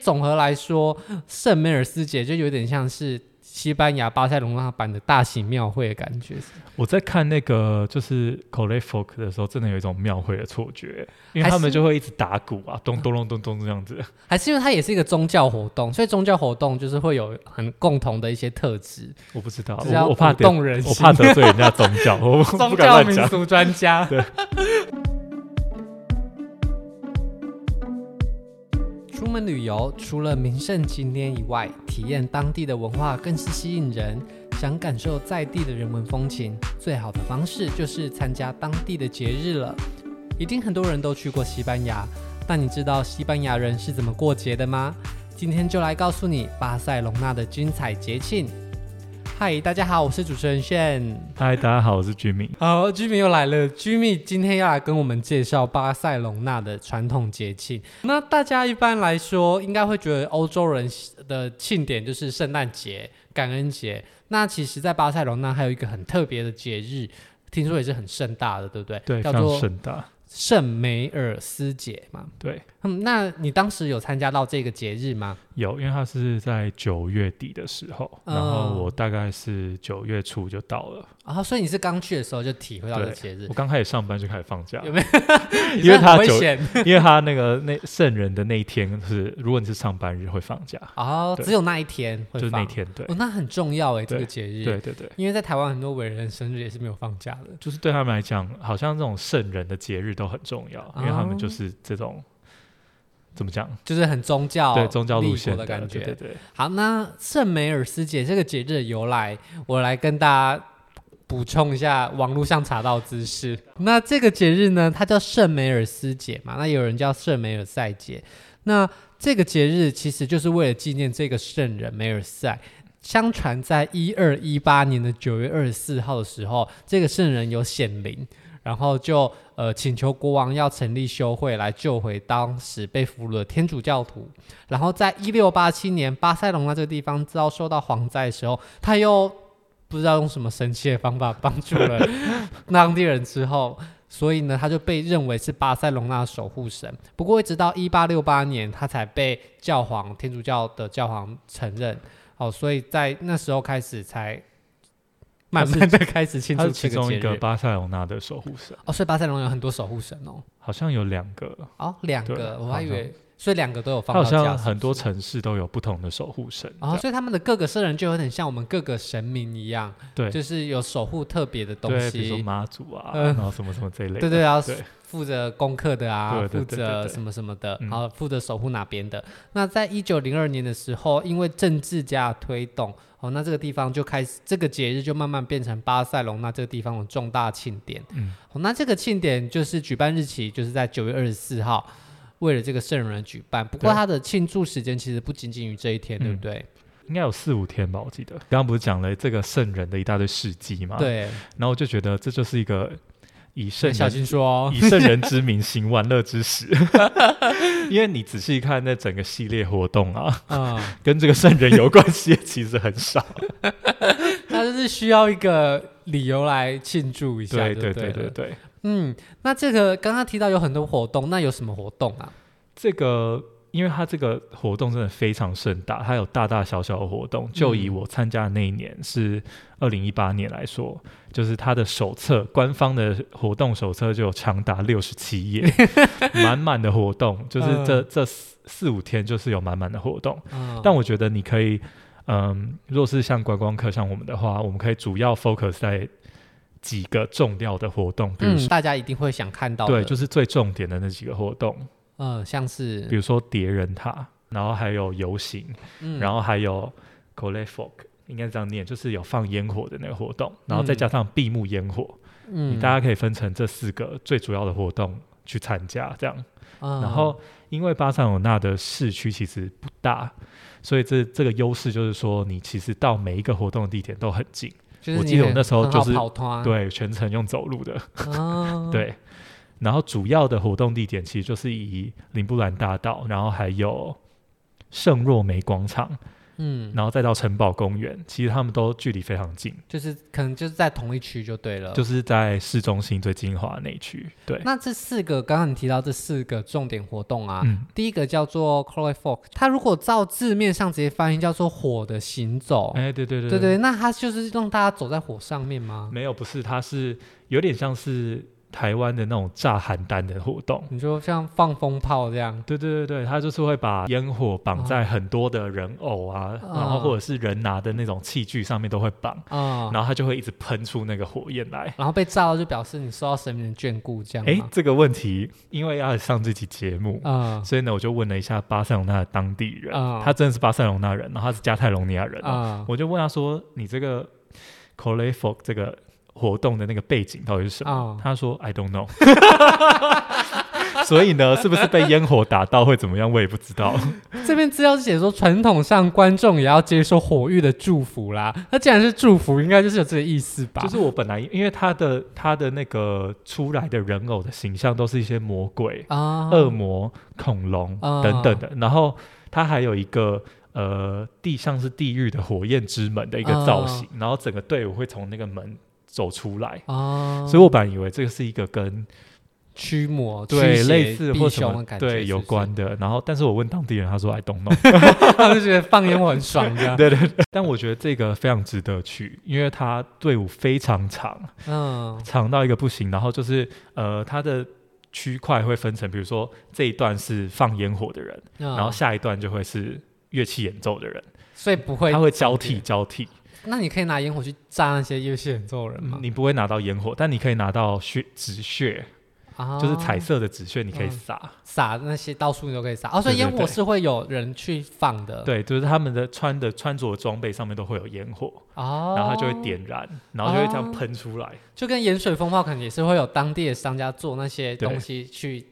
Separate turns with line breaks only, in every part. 总和来说，圣梅尔斯节就有点像是西班牙巴塞隆那版的大型庙会的感觉，
我在看那个就是 c o l e f o k 的时候，真的有一种庙会的错觉，因
还
为他们
是
就会一直打鼓啊，咚咚咚咚咚这样子。
还是因为它也是一个宗教活动，所以宗教活动就是会有很共同的一些特质，
我不知道，
就是要
我我
鼓
怕得
动人
我
心
怕。得罪人家宗教，我我
宗
不敢
教
乱
民
讲。
俗专 家，出门旅游除了名胜景点以外，体验当地的文化更是吸引人。想感受在地的人文风情，最好的方式就是参加当地的节日了。一定很多人都去过西班牙，但你知道西班牙人是怎么过节的吗？今天就来告诉你巴塞隆纳的精彩节庆。嗨，大家好，我是主持人炫。
嗨，大家好，我是 Jimmy。
好，Jimmy 又来了。Jimmy 今天要来跟我们介绍巴塞隆纳的传统节庆。那大家一般来说，应该会觉得欧洲人的庆典就是圣诞节、感恩节。那其实，在巴塞隆纳还有一个很特别的节日，听说也是很盛大的，对不对？
对，
叫
非常
做
盛大。
圣梅尔斯节嘛。
对，
嗯，那你当时有参加到这个节日吗？
有，因为它是在九月底的时候，
嗯
然后我大概是九月初就到了。
啊、所以你是刚去的时候就体会到这个节日
我，刚开始上班就开始放假
有
了，
没 有？
因为它
很危
九
险
因为他那个那圣人的那一天是，如果你是上班日会放假，
哦，
对
只有那一天会
就是那
放。
天对
哦，那很重要哎，这
对
个节日。
对对对，
因为在台湾很多伟人生日也是没有放假的。
就是对他们来讲，好像这种圣人的节日都很重要，因为他们就是
哦
这种怎么讲，
就是很宗教
对宗教
哦立
路
国
线
的感觉。
对对对，
好，那圣梅尔斯节这个节日的由来，我来跟大家补充一下网络上查到的知识。那这个节日呢，它叫圣梅尔斯节嘛，那也有人叫圣梅尔赛节。那这个节日其实就是为了纪念这个圣人梅尔赛。相传在一二一八年的九月二十四号的时候，这个圣人有显灵，然后就呃请求国王要成立修会来救回当时被俘虏的天主教徒。然后在一六八七年巴塞隆那这个地方遭受到蝗灾的时候，他又不知道用什么神奇的方法帮助了 当地人之后。所以呢，他就被认为是巴塞隆那的守护神。不过，一直到一八六八年，他才被教皇天主教的教皇承认。哦，所以在那时候开始才慢慢的开始庆
他
祝
是
这
其
个
中
节
一个
日。
巴塞隆纳的守护神，
哦，所以巴塞隆有很多守护神哦。
好像有两个，
哦，两
对
个，我
好
还以
像
为，所以两个都有
他
放
好
到假。
像很多
是不是
城市都有不同的守护神，
哦，所以他们的各个圣人就有点像我们各个神明一样，
对
就是有守护特别的东
对，比如说
西，
妈祖啊，
嗯
然后什么什么这一类的，
对对，然后
对
负责功课的啊，
对对
负
对对
责
对
什么什么的，
嗯
然后负责守护哪边的。那在一九零二年的时候，因为政治家的推动，哦，那这个地方就开始，这个节日就慢慢变成巴塞隆那这个地方的重大庆典。
嗯
哦，那这个庆典就是举办日期就是在九月二十四号，为了这个圣人举办。不过
对嗯
它的庆祝时间其实不仅仅于这一天，对不对？
应该有四五天吧，我记得。刚刚不是讲了这个圣人的一大堆事迹嘛？。
对，
然后我就觉得这就是一个以啊圣
小
人
心说哦。
以圣人之名行玩乐之实， 因为你仔细看那整个系列活动啊，
嗯，
跟这个圣人有关系 的其实很少。
他就是需要一个理由来庆祝一下，
对
对
对
不对
对对
了
对，
嗯，那这个刚刚提到有很多活动，那有什么活动啊？
这个。因为它这个活动真的非常盛大，它有大大小小的活动。就
嗯
以我参加的那一年是二零一八年来说，就是它的手册，官方的活动手册就有长达六十七页， 满满的活动，就是这、这四四五天就是有满满的活动。
嗯，
但我觉得你可以，嗯，如果是像观光客像我们的话，我们可以主要 focus 在几个重要的活动，比如
嗯，
说、
大家一定会想看到的，
对，就是最重点的那几个活动，
嗯，像
比
是，
如说叠人塔，然后还有游行，
嗯，
然后还有 c o l e f o k 应该这样念，就是有放烟火的那个活动，然后再
嗯
加上闭幕烟火，
嗯
你大家可以分成这四个最主要的活动去参加，这样。
嗯
然后因为巴塞罗那的市区其实不大，所以这这个优势就是说，你其实到每一个活动的地点都很近，
就是
我
你
记得我
很
那时候
很好
就是
跑团，
对，全程用走路的，，
哦
对。然后主要的活动地点其实就是以林布兰大道，然后还有圣若梅广场，
嗯，
然后再到城堡公园，其实他们都距离非常近，
就是可能就是在同一区就对了。
就是在市中心最精华的那一区。对，
嗯那这四个，刚刚你提到这四个重点活动啊，
嗯，
第一个叫做 Chloe Folk，它如果照字面上直接翻译叫做“火的行走”，
哎、对对对
哦对对，那它就是让大家走在火上面吗？
没有，不是，它是有点像是台湾的那种炸邯郸的活动。
你说像放风炮这样，
对对对对，它就是会把烟火绑在很多的人偶啊，
哦
然后或者是人拿的那种器具上面都会绑，
啊、
然后它就会一直喷出那个火焰来。
然后被照就表示你受到神明的眷顾这样
哎
吗，？
这个问题因为要上这期节目，
啊
所以呢，我就问了一下巴塞隆纳的当地人，
啊
他真的是巴塞隆纳人，然后他是加泰隆尼亚人、啊，
啊
我就问他说：“你这个 c o l e f o 这个活动的那个背景到底是什么？”
啊！
他说：“I don't know。”所以呢，是不是被烟火打到会怎么样，我也不知道。
这边资料是写说，传统上观众也要接受火域的祝福啦。那既然是祝福，应该就是有这个意思吧？
就是我本来因为他的他的那个出来的人偶的形象都是一些魔鬼、
啊，
恶魔、恐龙
啊
等等的，然后他还有一个呃地像是地狱的火焰之门的一个造
哦
型，然后整个队伍会从那个门走出来。
啊，
所以我本来以为这个是一个跟
驱魔
对
驱邪
类似或
避
什
凶的
么
感觉，
对有
是不是，
关的，然后但是我问当地人，他说 I don't know。
他就觉得放烟火很爽这样。
对对对，但我觉得这个非常值得去，因为他队伍非常长，
嗯
长到一个不行。然后就是呃，它的区块会分成，比如说这一段是放烟火的人，
嗯，
然后下一段就会是乐器演奏的人，
所以不会
他，会交替交替。
那你可以拿烟火去炸那些乐器演奏人吗？
你不会拿到烟火，但你可以拿到血纸屑，
啊，
就是彩色的纸屑，你可以
嗯
撒。
撒那些到处你都可以撒，哦，所以
对对
烟火
对
是会有人去放的，
对，就是他们的穿的穿着的装备上面都会有烟火，
哦，
然后它就会，点燃，然后就会这样
哦
喷出来。
就跟盐水风炮可能也是会有当地的商家做那些东西去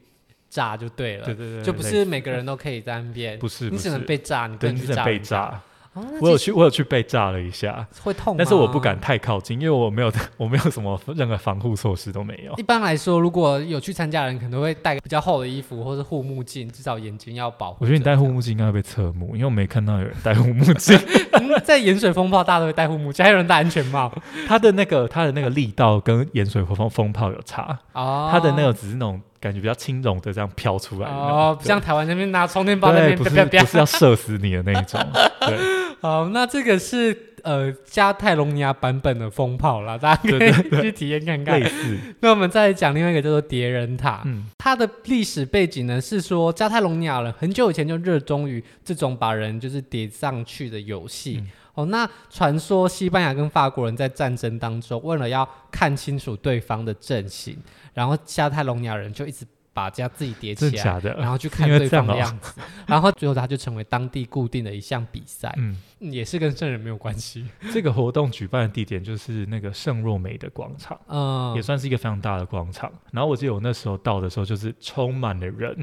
炸就对了，
对对对，
就不
类
是每个人都可以在那边，
不是，
你
不
只
是
能被炸，你不
对，
能
你
去
只能
炸
被
人家，
炸。
哦，那
我有
其
去，我有去被炸了一下，
实会痛，
但是我不敢。太靠近，因为我没有， 我没有什么任何防护措施都没有。
一般来说，如果有去参加的人，可能会带比较厚的衣服或是护目镜，至少眼睛要保护着。
我觉得你戴护目镜应该会被侧目，因为我没看到有人戴护目 镜。
嗯在盐水风炮，大家都会戴护目镜，还有人戴安全帽。
它的那个它的那个力道跟盐水火风风炮有差，
哦，
它的那个只是那种感觉比较轻柔的这样飘出来的那种。
哦，
对
不像台湾那边拿充电宝那
对，
边
不
啪
是
啪
不是
啪。
要射死你的那一 种。对
好，那这个是呃加泰隆尼亚版本的风炮啦，大家可
对
以去体验看看
类。似，
那我们再讲另外一个叫做蝶人塔，
嗯，
它的历史背景呢是说加泰隆尼亚人很久以前就热衷于这种把人就是叠上去的游戏。
嗯
哦，那传说西班牙跟法国人在战争当中，为了要看清楚对方的阵型，然后加泰隆尼亚人就一直把家自己叠
真
起
的
来，
假
然
的？
后去看
因为
对方
这
的
样哦
样 子，然后最后他就成为当地固定的一项比赛，
嗯，
嗯也是跟圣人没有关系。
这个活动举办的地点就是那个圣若梅的广场。
嗯
也，算是一个非常大的广场。然后我记得我那时候到的时候，就是充满了人，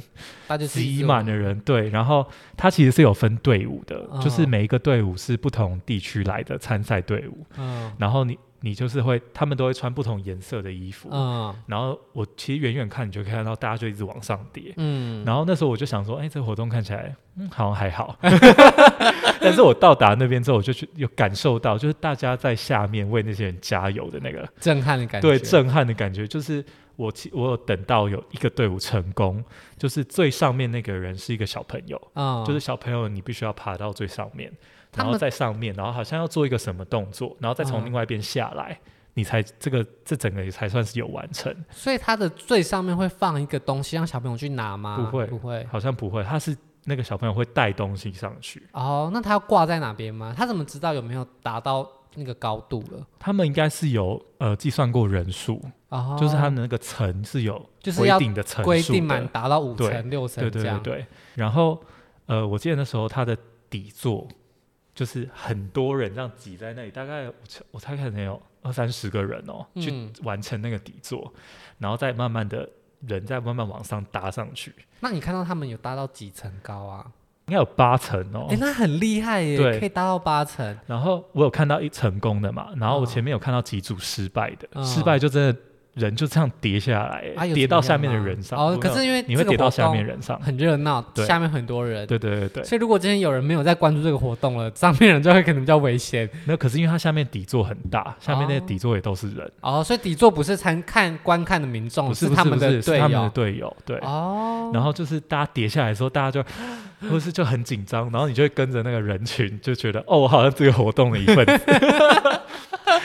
他就是一
挤
种
满了人，对。然后它其实是有分队伍的，
哦
就是每一个队伍是不同地区来的参赛队伍。
嗯
然后你你就是会，他们都会穿不同颜色的衣服。
嗯
然后我其实远远看，你就可以看到大家就一直往上叠。
嗯，
然后那时候我就想说，哎、这个活动看起来、嗯、好像还好。 但是我到达那边之后，我就去有感受到，就是大家在下面为那些人加油的那个
震撼的感觉，
对震撼的感觉，就是我其我有等到有一个队伍成功，就是最上面那个人是一个小朋友，
啊，
就是小朋友你必须要爬到最上面，
他
然
们
后在上面，然后好像要做一个什么动作，然后再从
嗯
另外一边下来，你才这个这整个也才算是有完成。
所以它的最上面会放一个东西让小朋友去拿吗？
不会
不会。
好像不会，他是那个小朋友会带东西上去，
哦，那它要挂在哪边吗？它怎么知道有没有达到那个高度了？
他们应该是有呃计算过人数，
哦，
就是他们的那个层是有
就是
规
要
定的层
规
数
定
的
满达到五
对
层、六层
对
这
对对
样。
对。然后呃，我记得那时候它的底座就是很多人这样挤在那里，大概我猜我猜可能有二三十个人哦，去
嗯，
完成那个底座，然后再慢慢的人再慢慢往上搭上去，
那你看到他们有达到几层高啊？
应该有八层哦
哎、。那很厉害耶，
对
可以达到八层。
然后我有看到一成功的嘛，然后我前面有看到几组失败的，
嗯
失败就真的人就这样跌下来，
啊有
跌
怎么
到下
样
面的
吗
人上。
哦
我，
可
没有
是因为
你
这
会
个
跌到
活
下面
动
人上。
很热闹，
对
下面很多人，
对对对对，
所以如果今天有人没有在关注这个活动了，上面人就会可能比较危险。
那可是因为它下面底座很大，下面那
哦
个底座也都是人，
哦，所以底座不是参看观看的民众，
不是不
哦他
是
们
不
的
是
队
是他们的
友。
队友，对。
哦，
然后就是大家跌下来的时候，大家就 或是就很紧张，然后你就会跟着那个人群，就觉得哦，我好像这个活动的一份子。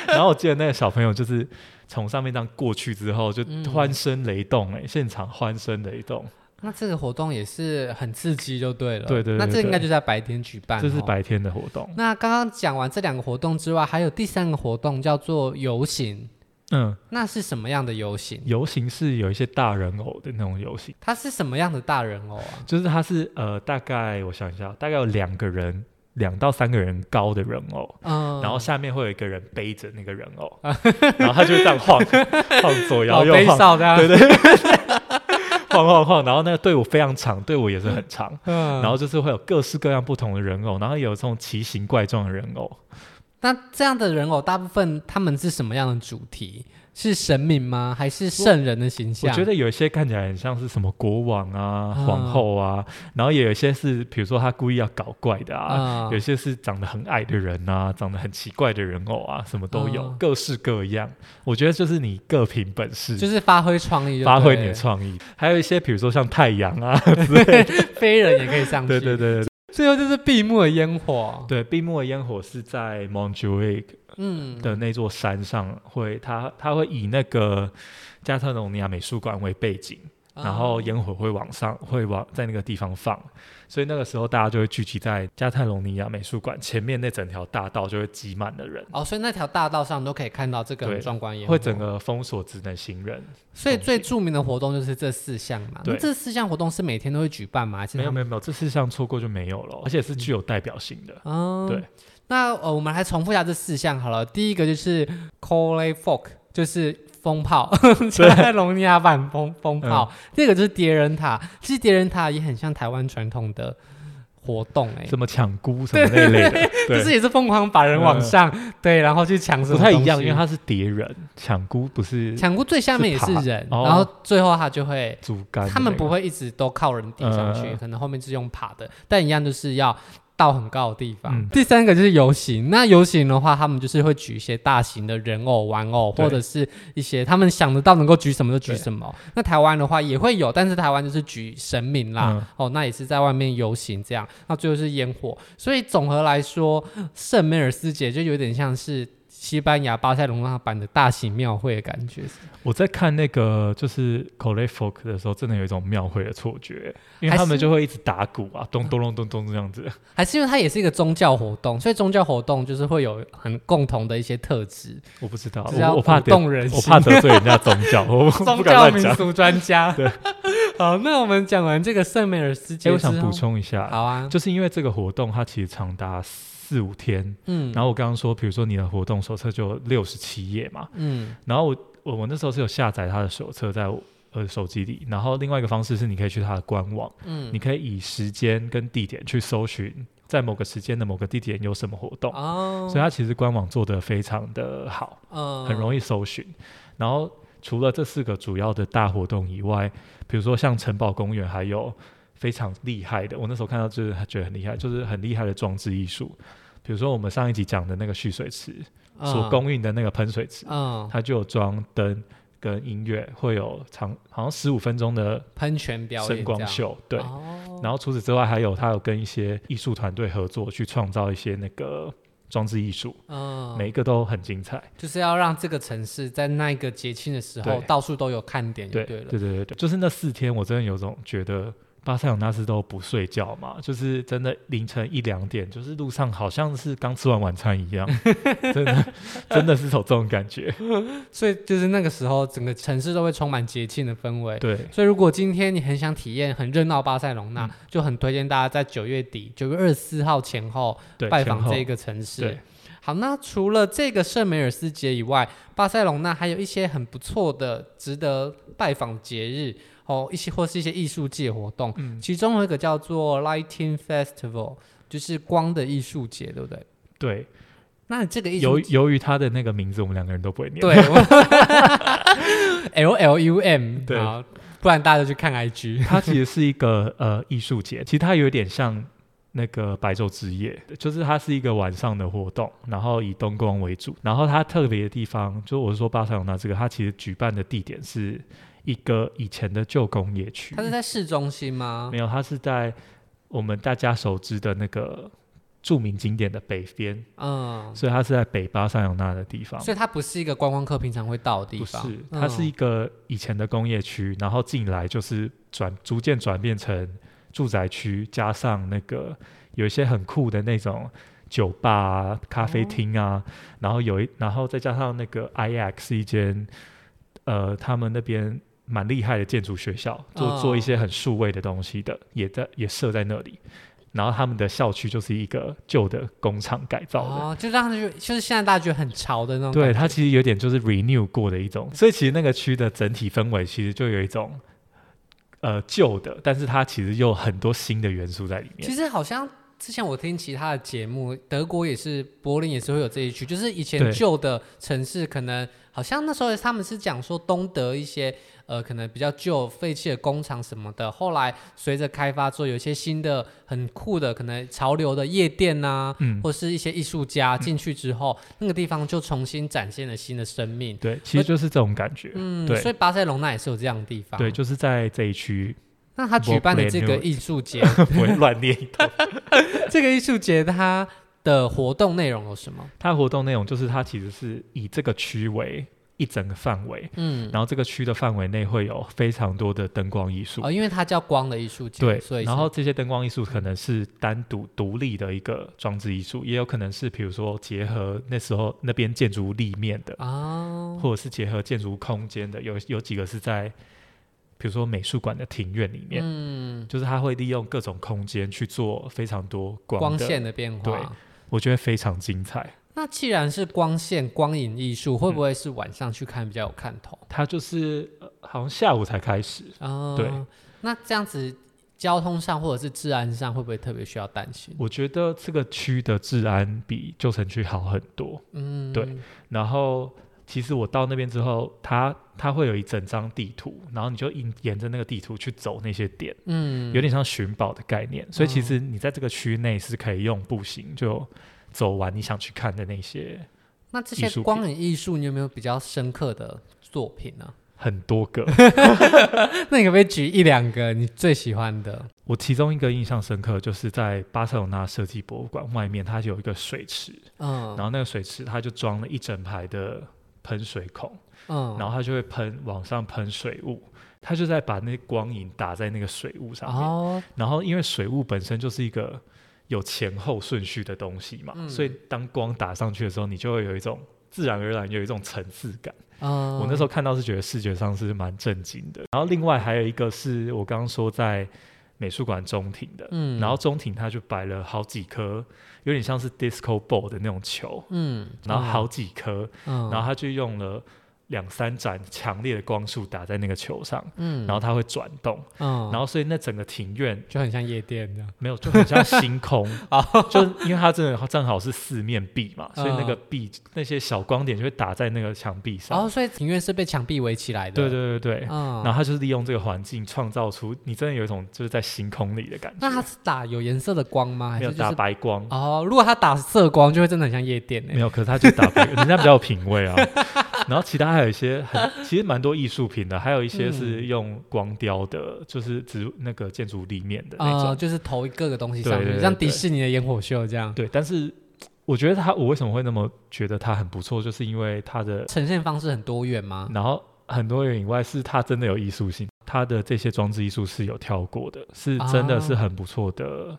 然后我记得那个小朋友就是从上面这样过去之后，就
嗯
欢声雷动、欸，哎、现场欢声雷动，
那这个活动也是很刺激，就对了。
对对对
那这
对
应该就在白天举办。
这是
哦。
白天的活动。
那刚刚讲完这两个活动之外，还有第三个活动叫做游行，
嗯，
那是什么样的游行？
游行是有一些大人偶的那种游行，
它是什么样的大人偶啊？
就是它是呃，大概我想一下，大概有两个人，两到三个人高的人偶，
嗯，
然后下面会有一个人背着那个人偶， 然后他就这样 晃晃左摇
老
右
悲
晃，
少的啊，
对对晃晃晃，然后那个队伍非常长，队伍也是很长，
嗯
然后就是会有各式各样不同的人偶，然后也有这种奇形怪状的人偶，
那这样的人偶，大部分他们是什么样的主题？是神明吗？还是圣人的形
我
象？
觉得有一些看起来很像是什么国王啊、
嗯
皇后啊，然后也有一些是比如说他故意要搞怪的啊，
啊
有些是长得很矮的人啊，长得很奇怪的人偶啊，什么都有，
嗯
各式各样。我觉得就是你各凭本事，
就是发挥创意就对了，
发挥你的创意。还有一些比如说像太阳啊，
飞人也可以上去。
对对对对
最后就是闭幕的烟火。
对，闭幕的烟火是在 Montjuic
嗯，
的那座山上，会它它会以那个加特隆尼亚美术馆为背景。
啊
然后烟火会往上，会往在那个地方放，所以那个时候大家就会聚集在加泰隆尼亚美术馆前面那整条大道就会挤满了人，
哦，所以那条大道上都可以看到这个
对
很壮观烟火，
会整。个封锁只能行人。
所以最著名的活动就是这四项嘛。那
对
这四项活动是每天都会举办吗？还是啊
没有没
有。
有没有，这四项错过就没有了，而且是具有代表性的。
嗯，
对。
那呃，我们来重复一下这四项好了。第一个就是 c o l e Folk，就是风炮， 加泰隆尼亚版风风炮。
嗯
第二个就是蝶人塔，其实蝶人塔也很像台湾传统的活动哎、
什么抢孤什么那类的，
就是
对，嗯
也是疯狂把人往上，对，然后去抢什
不
么
太
东西
一样，因为它是叠人，抢孤不是
抢过最下面也是人
是，爬哦
然后最后他就会，
竹啊竿的那个，
他们不会一直都靠人顶上去，
嗯
可能后面是用爬的，但一样就是要到很高的地方。
嗯
第三个就是游行，那游行的话，他们就是会举一些大型的人偶、玩偶，
对
或者是一些他们想得到能够举什么就举什么。那台湾的话也会有，但是台湾就是举神明啦，
嗯
哦，那也是在外面游行这样，那最后是烟火。所以总和来说，圣梅尔斯节就有点像是西班牙巴塞隆纳版的大型庙会的感觉，
我在看那个就是 c o l e Folk 的时候，真的有一种庙会的错觉，因
还
为他们
是
就会一直打鼓啊，咚咚咚咚咚这样子。
还是因为它也是一个宗教活动，所以宗教活动就是会有很共同的一些特质，
我不知道，
就是要
我我怕
鼓
得
动人
我
心
怕。得罪人家宗教，我我
宗
不敢
教
乱
民
讲。
俗专家
对。
好，那我们讲完这个圣梅尔斯节
哎，
之
我
后，
想补充一下，
好啊，
就是因为这个活动它其实长达四五天，
嗯
然后我刚刚说，比如说你的活动手册就六十七页嘛，
嗯
然后我我我那时候是有下载它的手册在我呃手机里，然后另外一个方式是你可以去它的官网，
嗯
你可以以时间跟地点去搜寻，在某个时间的某个地点有什么活动，
哦，
所以它其实官网做的非常的好。
嗯
很容
易
易搜寻。然后除了这四个主要的大活动以外，比如说像城堡公园，还有非常厉害的，我那时候看到就是觉得很厉害，就是很厉害的装置艺术。比如说我们上一集讲的那个蓄水池
啊
所供应的那个喷水池，
嗯
它就有装灯跟音乐，会有长好像十五分钟的
喷泉表演
声光
这样，
秀，对。
哦
然后除此之外，还有它有跟一些艺术团队合作，去创造一些那个装置艺术，
嗯，
每一个都很精彩。
就是要让这个城市在那一个节庆的时候，
对
到处都有看点，
对
对了。
对对对，就是那四天，我真的有种觉得巴塞罗那是都不睡觉嘛，就是真的凌晨一两点，就是路上好像是刚吃完晚餐一样，真的真的是有这种感 觉。
所以就是那个时候，整个城市都会充满节庆的氛围。
对，
所以如果今天你很想体验很热闹巴塞隆那，
嗯
就很推荐大家在九月底，九月二十四号前后
对，
拜
前
访
后
这个城市
对。
好，那除了这个圣梅尔斯节以外，巴塞隆那还有一些很不错的、值得拜访节日哦，一些或是一些艺术界活动，
嗯
其中有一个叫做 Lighting Festival，就是光的艺术节，对不对？
对，
那这个艺术
由由于他的那个名字，我们两个人都不会念。
对，我哎、 L L U M，
对
好，不然大家就去看 IG。
它其实是一个呃艺术节，其实它有点像那个白昼之夜，就是它是一个晚上的活动，然后以灯光为主。然后它特别的地方，就我说巴塞罗那这个，它其实举办的地点是一个以前的旧工业区
它，是在市中心吗
没？有，它是在我们大家熟知的那个著名景点的北边，
嗯，
所以它是在北巴塞罗那的地方。
所以它不是一个观光客平常会到的地
不
方，
是，
嗯
它是一个以前的工业区，然后进来就是转逐渐转变成住宅区，加上那个有一些很酷的那种酒吧啊、咖
哦
啡厅啊，然后有一，然后再加上那个 IX 是一间，呃，他们那边蛮厉害的建筑学校，
哦
做做一些很数位的东西的，也在也设在那里。然后他们的校区就是一个旧的工厂改造的，
哦，就让它就就是现在大家觉得很潮的那种感
对，
觉，
它其实有点就是 renew 过的一种，所以其实那个区的整体氛围其实就有一种呃旧的，但是它其实又有很多新的元素在里面
其。实好像之前我听其他的节目，德国也是，柏林也是会有这一区，就是以前
对
旧的城市，可能好像那时候他们是讲说东德一些呃可能比较旧废弃的工厂什么的，后来随着开发之后，有一些新的很酷的可能潮流的夜店啊呐、
嗯，
或是一些艺术家进去之后，那个地方就重新展现了新的生命。
对，其实就是这种感觉。
嗯，
对
所以巴塞隆那也是有这样的地方。
对，，就是在这一 区
那他举办的这个
Wolfgang
艺术节，
不会乱念一通。
这个艺术节它的活动内容有什么？
它活动内容就是它其实是以这个区为一整个范围，
嗯，
然后这个区的范围内会有非常多的灯光艺术。
哦，因为它叫光的艺术节，
对，
所以是嗯
然后这些灯光艺术可能是单独独立的一个装置艺术，也有可能是比如说结合那时候那边建筑物立面的，
啊，
或者是结合建筑物空间的，有有几个是在比如说美术馆的庭院里面，
嗯，
就是它会利用各种空间去做非常多光
光
的
线的变
对
化。
我觉得非常精彩。
那既然是光线、光影艺
嗯
术，会不会是晚上去看比较有看头？
它就是、呃好像下午才开始，
啊，
对。
那这样子，交通上或者是治安上，会不会特别需要担心？
我觉得这个区的治安比旧城区好很多。
嗯，
对。然后其实我到那边之后，它它会有一整张地图，然后你就沿沿着那个地图去走那些点，
嗯，
有点像寻宝的概念。所以其实你在这个区内是可以用步行就走完你想去看的那些
那这
艺
些
术品
光影艺术，你有没有比较深刻的作品 呢、
很多个。
那你可不可以举一两个你最喜欢的？
我其中一个印象深刻，就是在巴塞罗那设计博物馆外面，它有一个水池，
嗯
然后那个水池它就装了一整排的喷水孔，
嗯，
然后它就会喷往上喷水雾，它就在把那光影打在那个水雾上面。
哦，
然后因为水雾本身就是一个有前后顺序的东西嘛，
嗯
所以当光打上去的时候，你就会有一种自然而然有一种层次感。
嗯，
我那时候看到是觉得视觉上是蛮震惊的。然后另外还有一个是我刚刚说在美术馆中庭的，
嗯
然后中庭它就摆了好几颗，有点像是 disco ball 的那种球，
嗯，
然后好几颗，
嗯，
然后它就用了两三盏强烈的光束打在那个球上，
嗯，
然后它会转动，
嗯，
然后所以那整个庭院
就很像夜店这样。
没有，就很像 星空
哦
就因为它真的正好是四面壁嘛，所以
嗯
那个壁那些小光点就会打在那个墙壁
然
上。
后、哦所以庭院是被墙壁围起来的。
对，对对对，
嗯，
然后它就是利用这个环境创造出你真的有一种就是在星空里的感
那它
觉，
是打有颜色的光吗？还
没有
哎是就
打
是？
白光，
哦，如果它打色光，就会真的很像夜店欸
没
呢。
有，可是它就打白，人家比较有品味啊。 然后其他还有一些很，其实蛮多艺术品的，还有一些
嗯
是用光雕的，就是植物那个建筑立面的那种。
啊，就是投一个个东西
对
上
对
去，
对
像
对
迪士尼的烟火秀这样，
对，但是我觉得它，我为什么会那么觉得它很不错，就是因为它的
呈现方式很多元吗？
然后很多人以外是它真的有艺术性，它的这些装置艺术是有挑过的，是
啊
真的是很不错的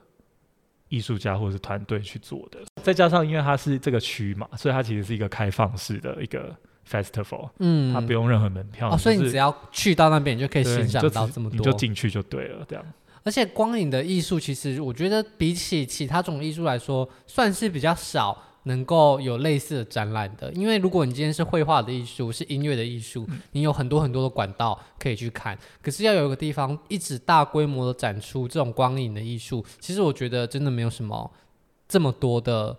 艺术家或者是团队去做的。再加上因为它是这个区嘛，所以它其实是一个开放式的一个 festival，、
嗯，
它不用任何门票，
哦，所以
就
你
是
只要去到那边，你就可以
对
欣
你
赏
就
到
只
这么
你就
多。
进去就对了，这样。
而且光影的艺术，其实我觉得比起其他种艺术来说，算是比较少能够有类似的展览的。因为如果你今天是绘画的艺术，是音乐的艺术，你有很多很多的管道可以去看。可是要有一个地方一直大规模的展出这种光影的艺术，其实我觉得真的没有什么这么多的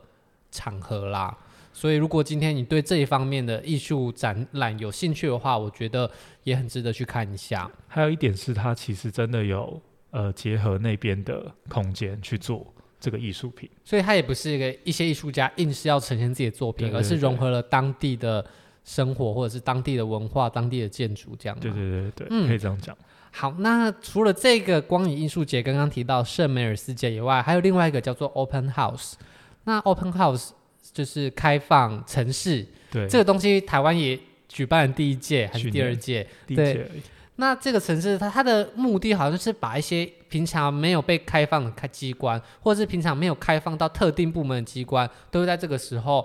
场合啦。所以，如果今天你对这一方面的艺术展览有兴趣的话，我觉得也很值得去看一下。
还有一点是，它其实真的有呃结合那边的空间去做这个艺术品。
所以，它也不是一个一些艺术家硬是要呈现自己的作品，
对对
而是
对
融合了当地的生活或者是当地的文化、当地的建筑这样。
对。对对对，
嗯
可以这样讲。
好，那除了这个光影艺术节刚刚提到圣梅尔斯节以外，还有另外一个叫做 Open House。那 Open House 就是开放城市，
对，
这个东西台湾也举办了第一届还是
去
第二
年
届？
理
对
解而已。
那这个城市它它的目的好像是把一些平常没有被开放的开机关，或者是平常没有开放到特定部门的机关，都会在这个时候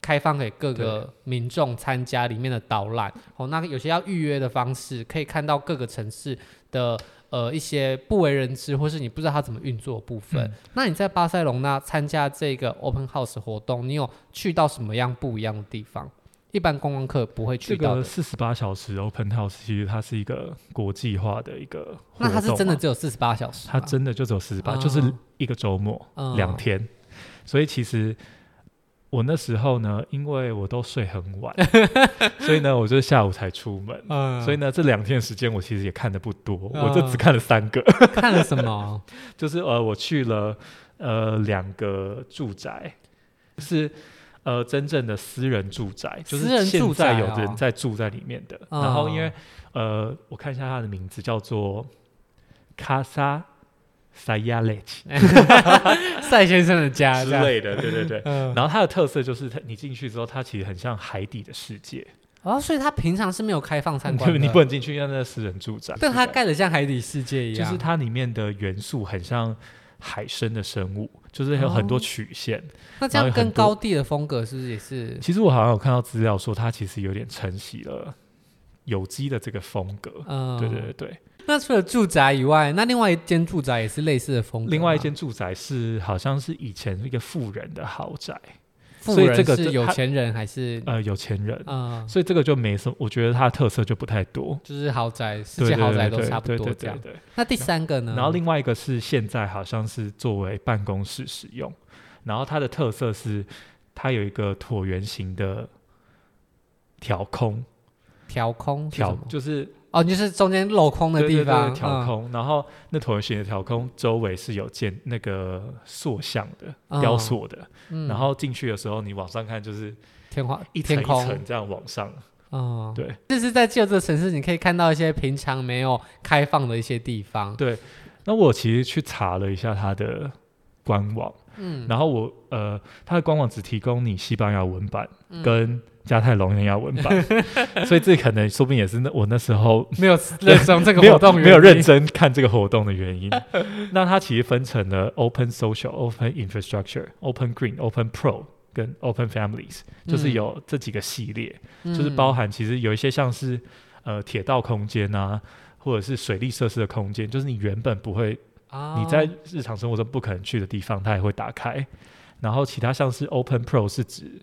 开放给各个民众参加里面的导览。哦，那有些要预约的方式，可以看到各个城市的呃一些不为人知，或是你不知道它怎么运作的部分。
嗯
那你在巴塞隆那参加这个 Open House 活动，你有去到什么样不一样的地方？一般观光客不会去
这
到的。
个四十八小时 Open House 其实它是一个国际化的一个活动
那
嘛，
它是真的只有四十八小时吗？
它真的就只有四十八，
哦
就是一个周末
嗯
两、天，所以其实我那时候呢，因为我都睡很 晚，所以呢，我就下午才出门。
嗯
所以呢，这两天时间我其实也看的不多，我
嗯
就只看了三个，
看了什 么？
就是呃，我去了呃两个住宅，是呃真正的私人住宅，就
私人
是
住
现
宅
在有
哦
人在住在里面的。
嗯
然后因为呃，我看一下它的名字叫做卡萨塞亚雷奇
哎赛先生的家
之
这样
类的，对对对。
啊嗯，
然后它的特色就是它，你进去之后，它其实很像海底的世界，
哦，所以他平常是没有开放参观
就
的，
你不能进去，因为那是私人住宅。
但他
对
盖的像海底世界一
就
样，
是它里面的元素很像海参的生物，就是有很多
哦
曲线。
那这
然
样
后有
跟
很多
高地的风格是不是也是？
其实我好像有看到资料说，它其实有点承袭了有机的这个风格。
嗯，
对对对。对，
那除了住宅以外，那另外一间住宅也是类似的风格吗，
另外一间住宅是好像是以前一个富人的豪宅，
富
所以
人
这个
是
这
有
它
钱人还是
呃，有钱人，
嗯，
所以这个就没什么，我觉得它的特色就不太多。
就是豪宅，世
对
界
对
豪
对
宅都
对
差不
对
多
对
这样嗯
对。对
那第三个呢？
然后另外一个是现在好像是作为办公室使用，然后它的特色是它有一个椭圆形的调空
调哦空是什
调
么，
就是
哦，就是中间镂空的
对
地
对对
方，嗯
调空，然后那椭圆形的调空周围是有建那个塑像的、
嗯
雕塑的，
嗯，嗯
然后进去的时候你往上看就是
天花
一层
嗯天
一
空
层这样往上，
哦，
对，
就是在旧这城市，你可以看到一些平常没有开放的一些地方。
对，那我其实去查了一下它的官网，嗯，然后我呃，它的官网只提供你西班牙文版
嗯
跟加泰隆尼亚文版， 所以这可能说不定也是那我那时候
没有 认从这个
没有
活动
没
原
有
因
认真看这个活动的原 因。那它其实分成了 Open Social、Open Infrastructure、Open Green、Open Pro。跟 Open Families 就是
嗯
有这几个系列，
嗯
就是包含其实有一些像是呃铁道空间啊，或者是水利设施的空间，就是你原本不会
哦
你在日常生活中不可能去的地方，它也会打开。然后其他像是 Open Pro 是指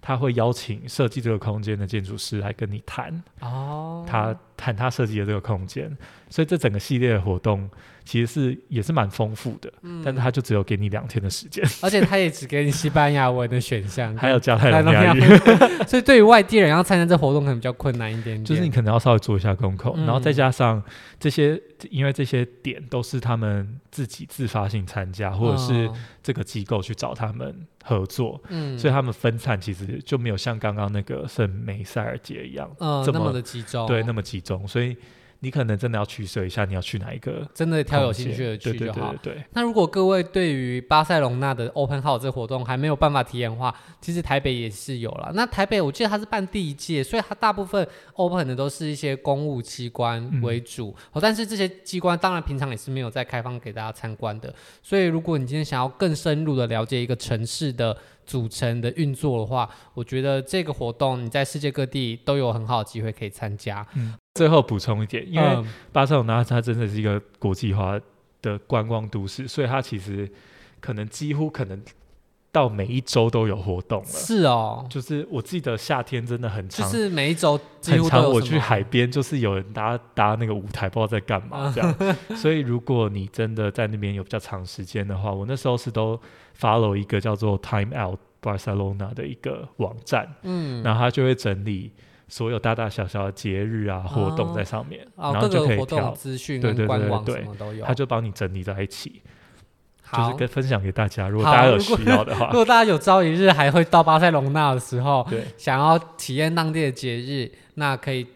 他会邀请设计这个空间的建筑师来跟你谈
哦，
他谈他设计的这个空间，所以这整个系列的活动其实是也是蛮丰富的，但是他就只有给你两天的时间，
嗯而且他也只给你西班牙文的选项，
还有加泰
来
隆
东
尼亚
亚
语，
文， 所以对于外地人要参加这活动可能比较困难一点点。
就是你可能要稍微做一下功课，
嗯
然后再加上这些，因为这些点都是他们自己自发性参加，或者是
哦
这个机构去找他们合作，
嗯，
所以他们分散其实就没有像刚刚那个圣梅塞尔节一样，
嗯
这
那
么
么的集中，
对，那么集中。所以你可能真的要取舍一下，你要去哪一个
真的挑有
空
兴趣
间
的去
对
就
对对
好
对。对，
那如果各位对于巴塞隆纳的 Open House 这个活动还没有办法体验的话，其实台北也是有了。那台北我记得它是办第一届，所以它大部分 Open 的都是一些公务机关为主、
嗯
哦，但是这些机关当然平常也是没有在开放给大家参观的。所以如果你今天想要更深入的了解一个城市的组成的运作的话，我觉得这个活动你在世界各地都有很好的机会可以参加，
最后补充一点，因为
嗯
巴塞罗那它真的是一个国际化的观光都市，所以它其实可能几乎可能到每一周都有活动了。
是哦，
就是我记得夏天真的很
就
长，
是每一周几
很
乎都
常
有
我
什
去
么
海边，就是有人搭搭那个舞台，不知道在干嘛
啊
这样。 所以如果你真的在那边有比较长时间的话，我那时候是都 follow 一个叫做 Time Out Barcelona 的一个网站，
嗯，
然后它就会整理所有大大小小的节日啊活动在上面，
哦，
然
各
后就可
个
以
活动
挑，
资讯
对
跟
对
官
对
网
对
什么都有
它。就帮你整理在一起，就
好，
是跟分享给大家。如果
好
大家有
如果
需要的话
如，果大家有朝一日还会到巴塞隆纳的时候，
对，
想要体验当地的节日，那可以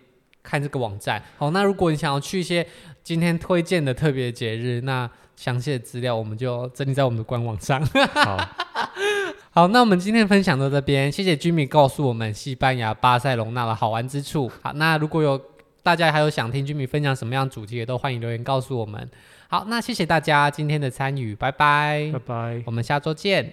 看这个网站。好，那如果你想要去一些今天推荐的特别节日，那详细的资料我们就整理在我们的官网上。
好，
好，那我们今天分享到这边，谢谢 Jimmy 告诉我们西班牙巴塞隆纳的好玩之处。好，那如果有大家还有想听 Jimmy 分享什么样的主题，也都欢迎留言告诉我们。好，那谢谢大家今天的参与，拜拜
拜。拜。
我们下周见。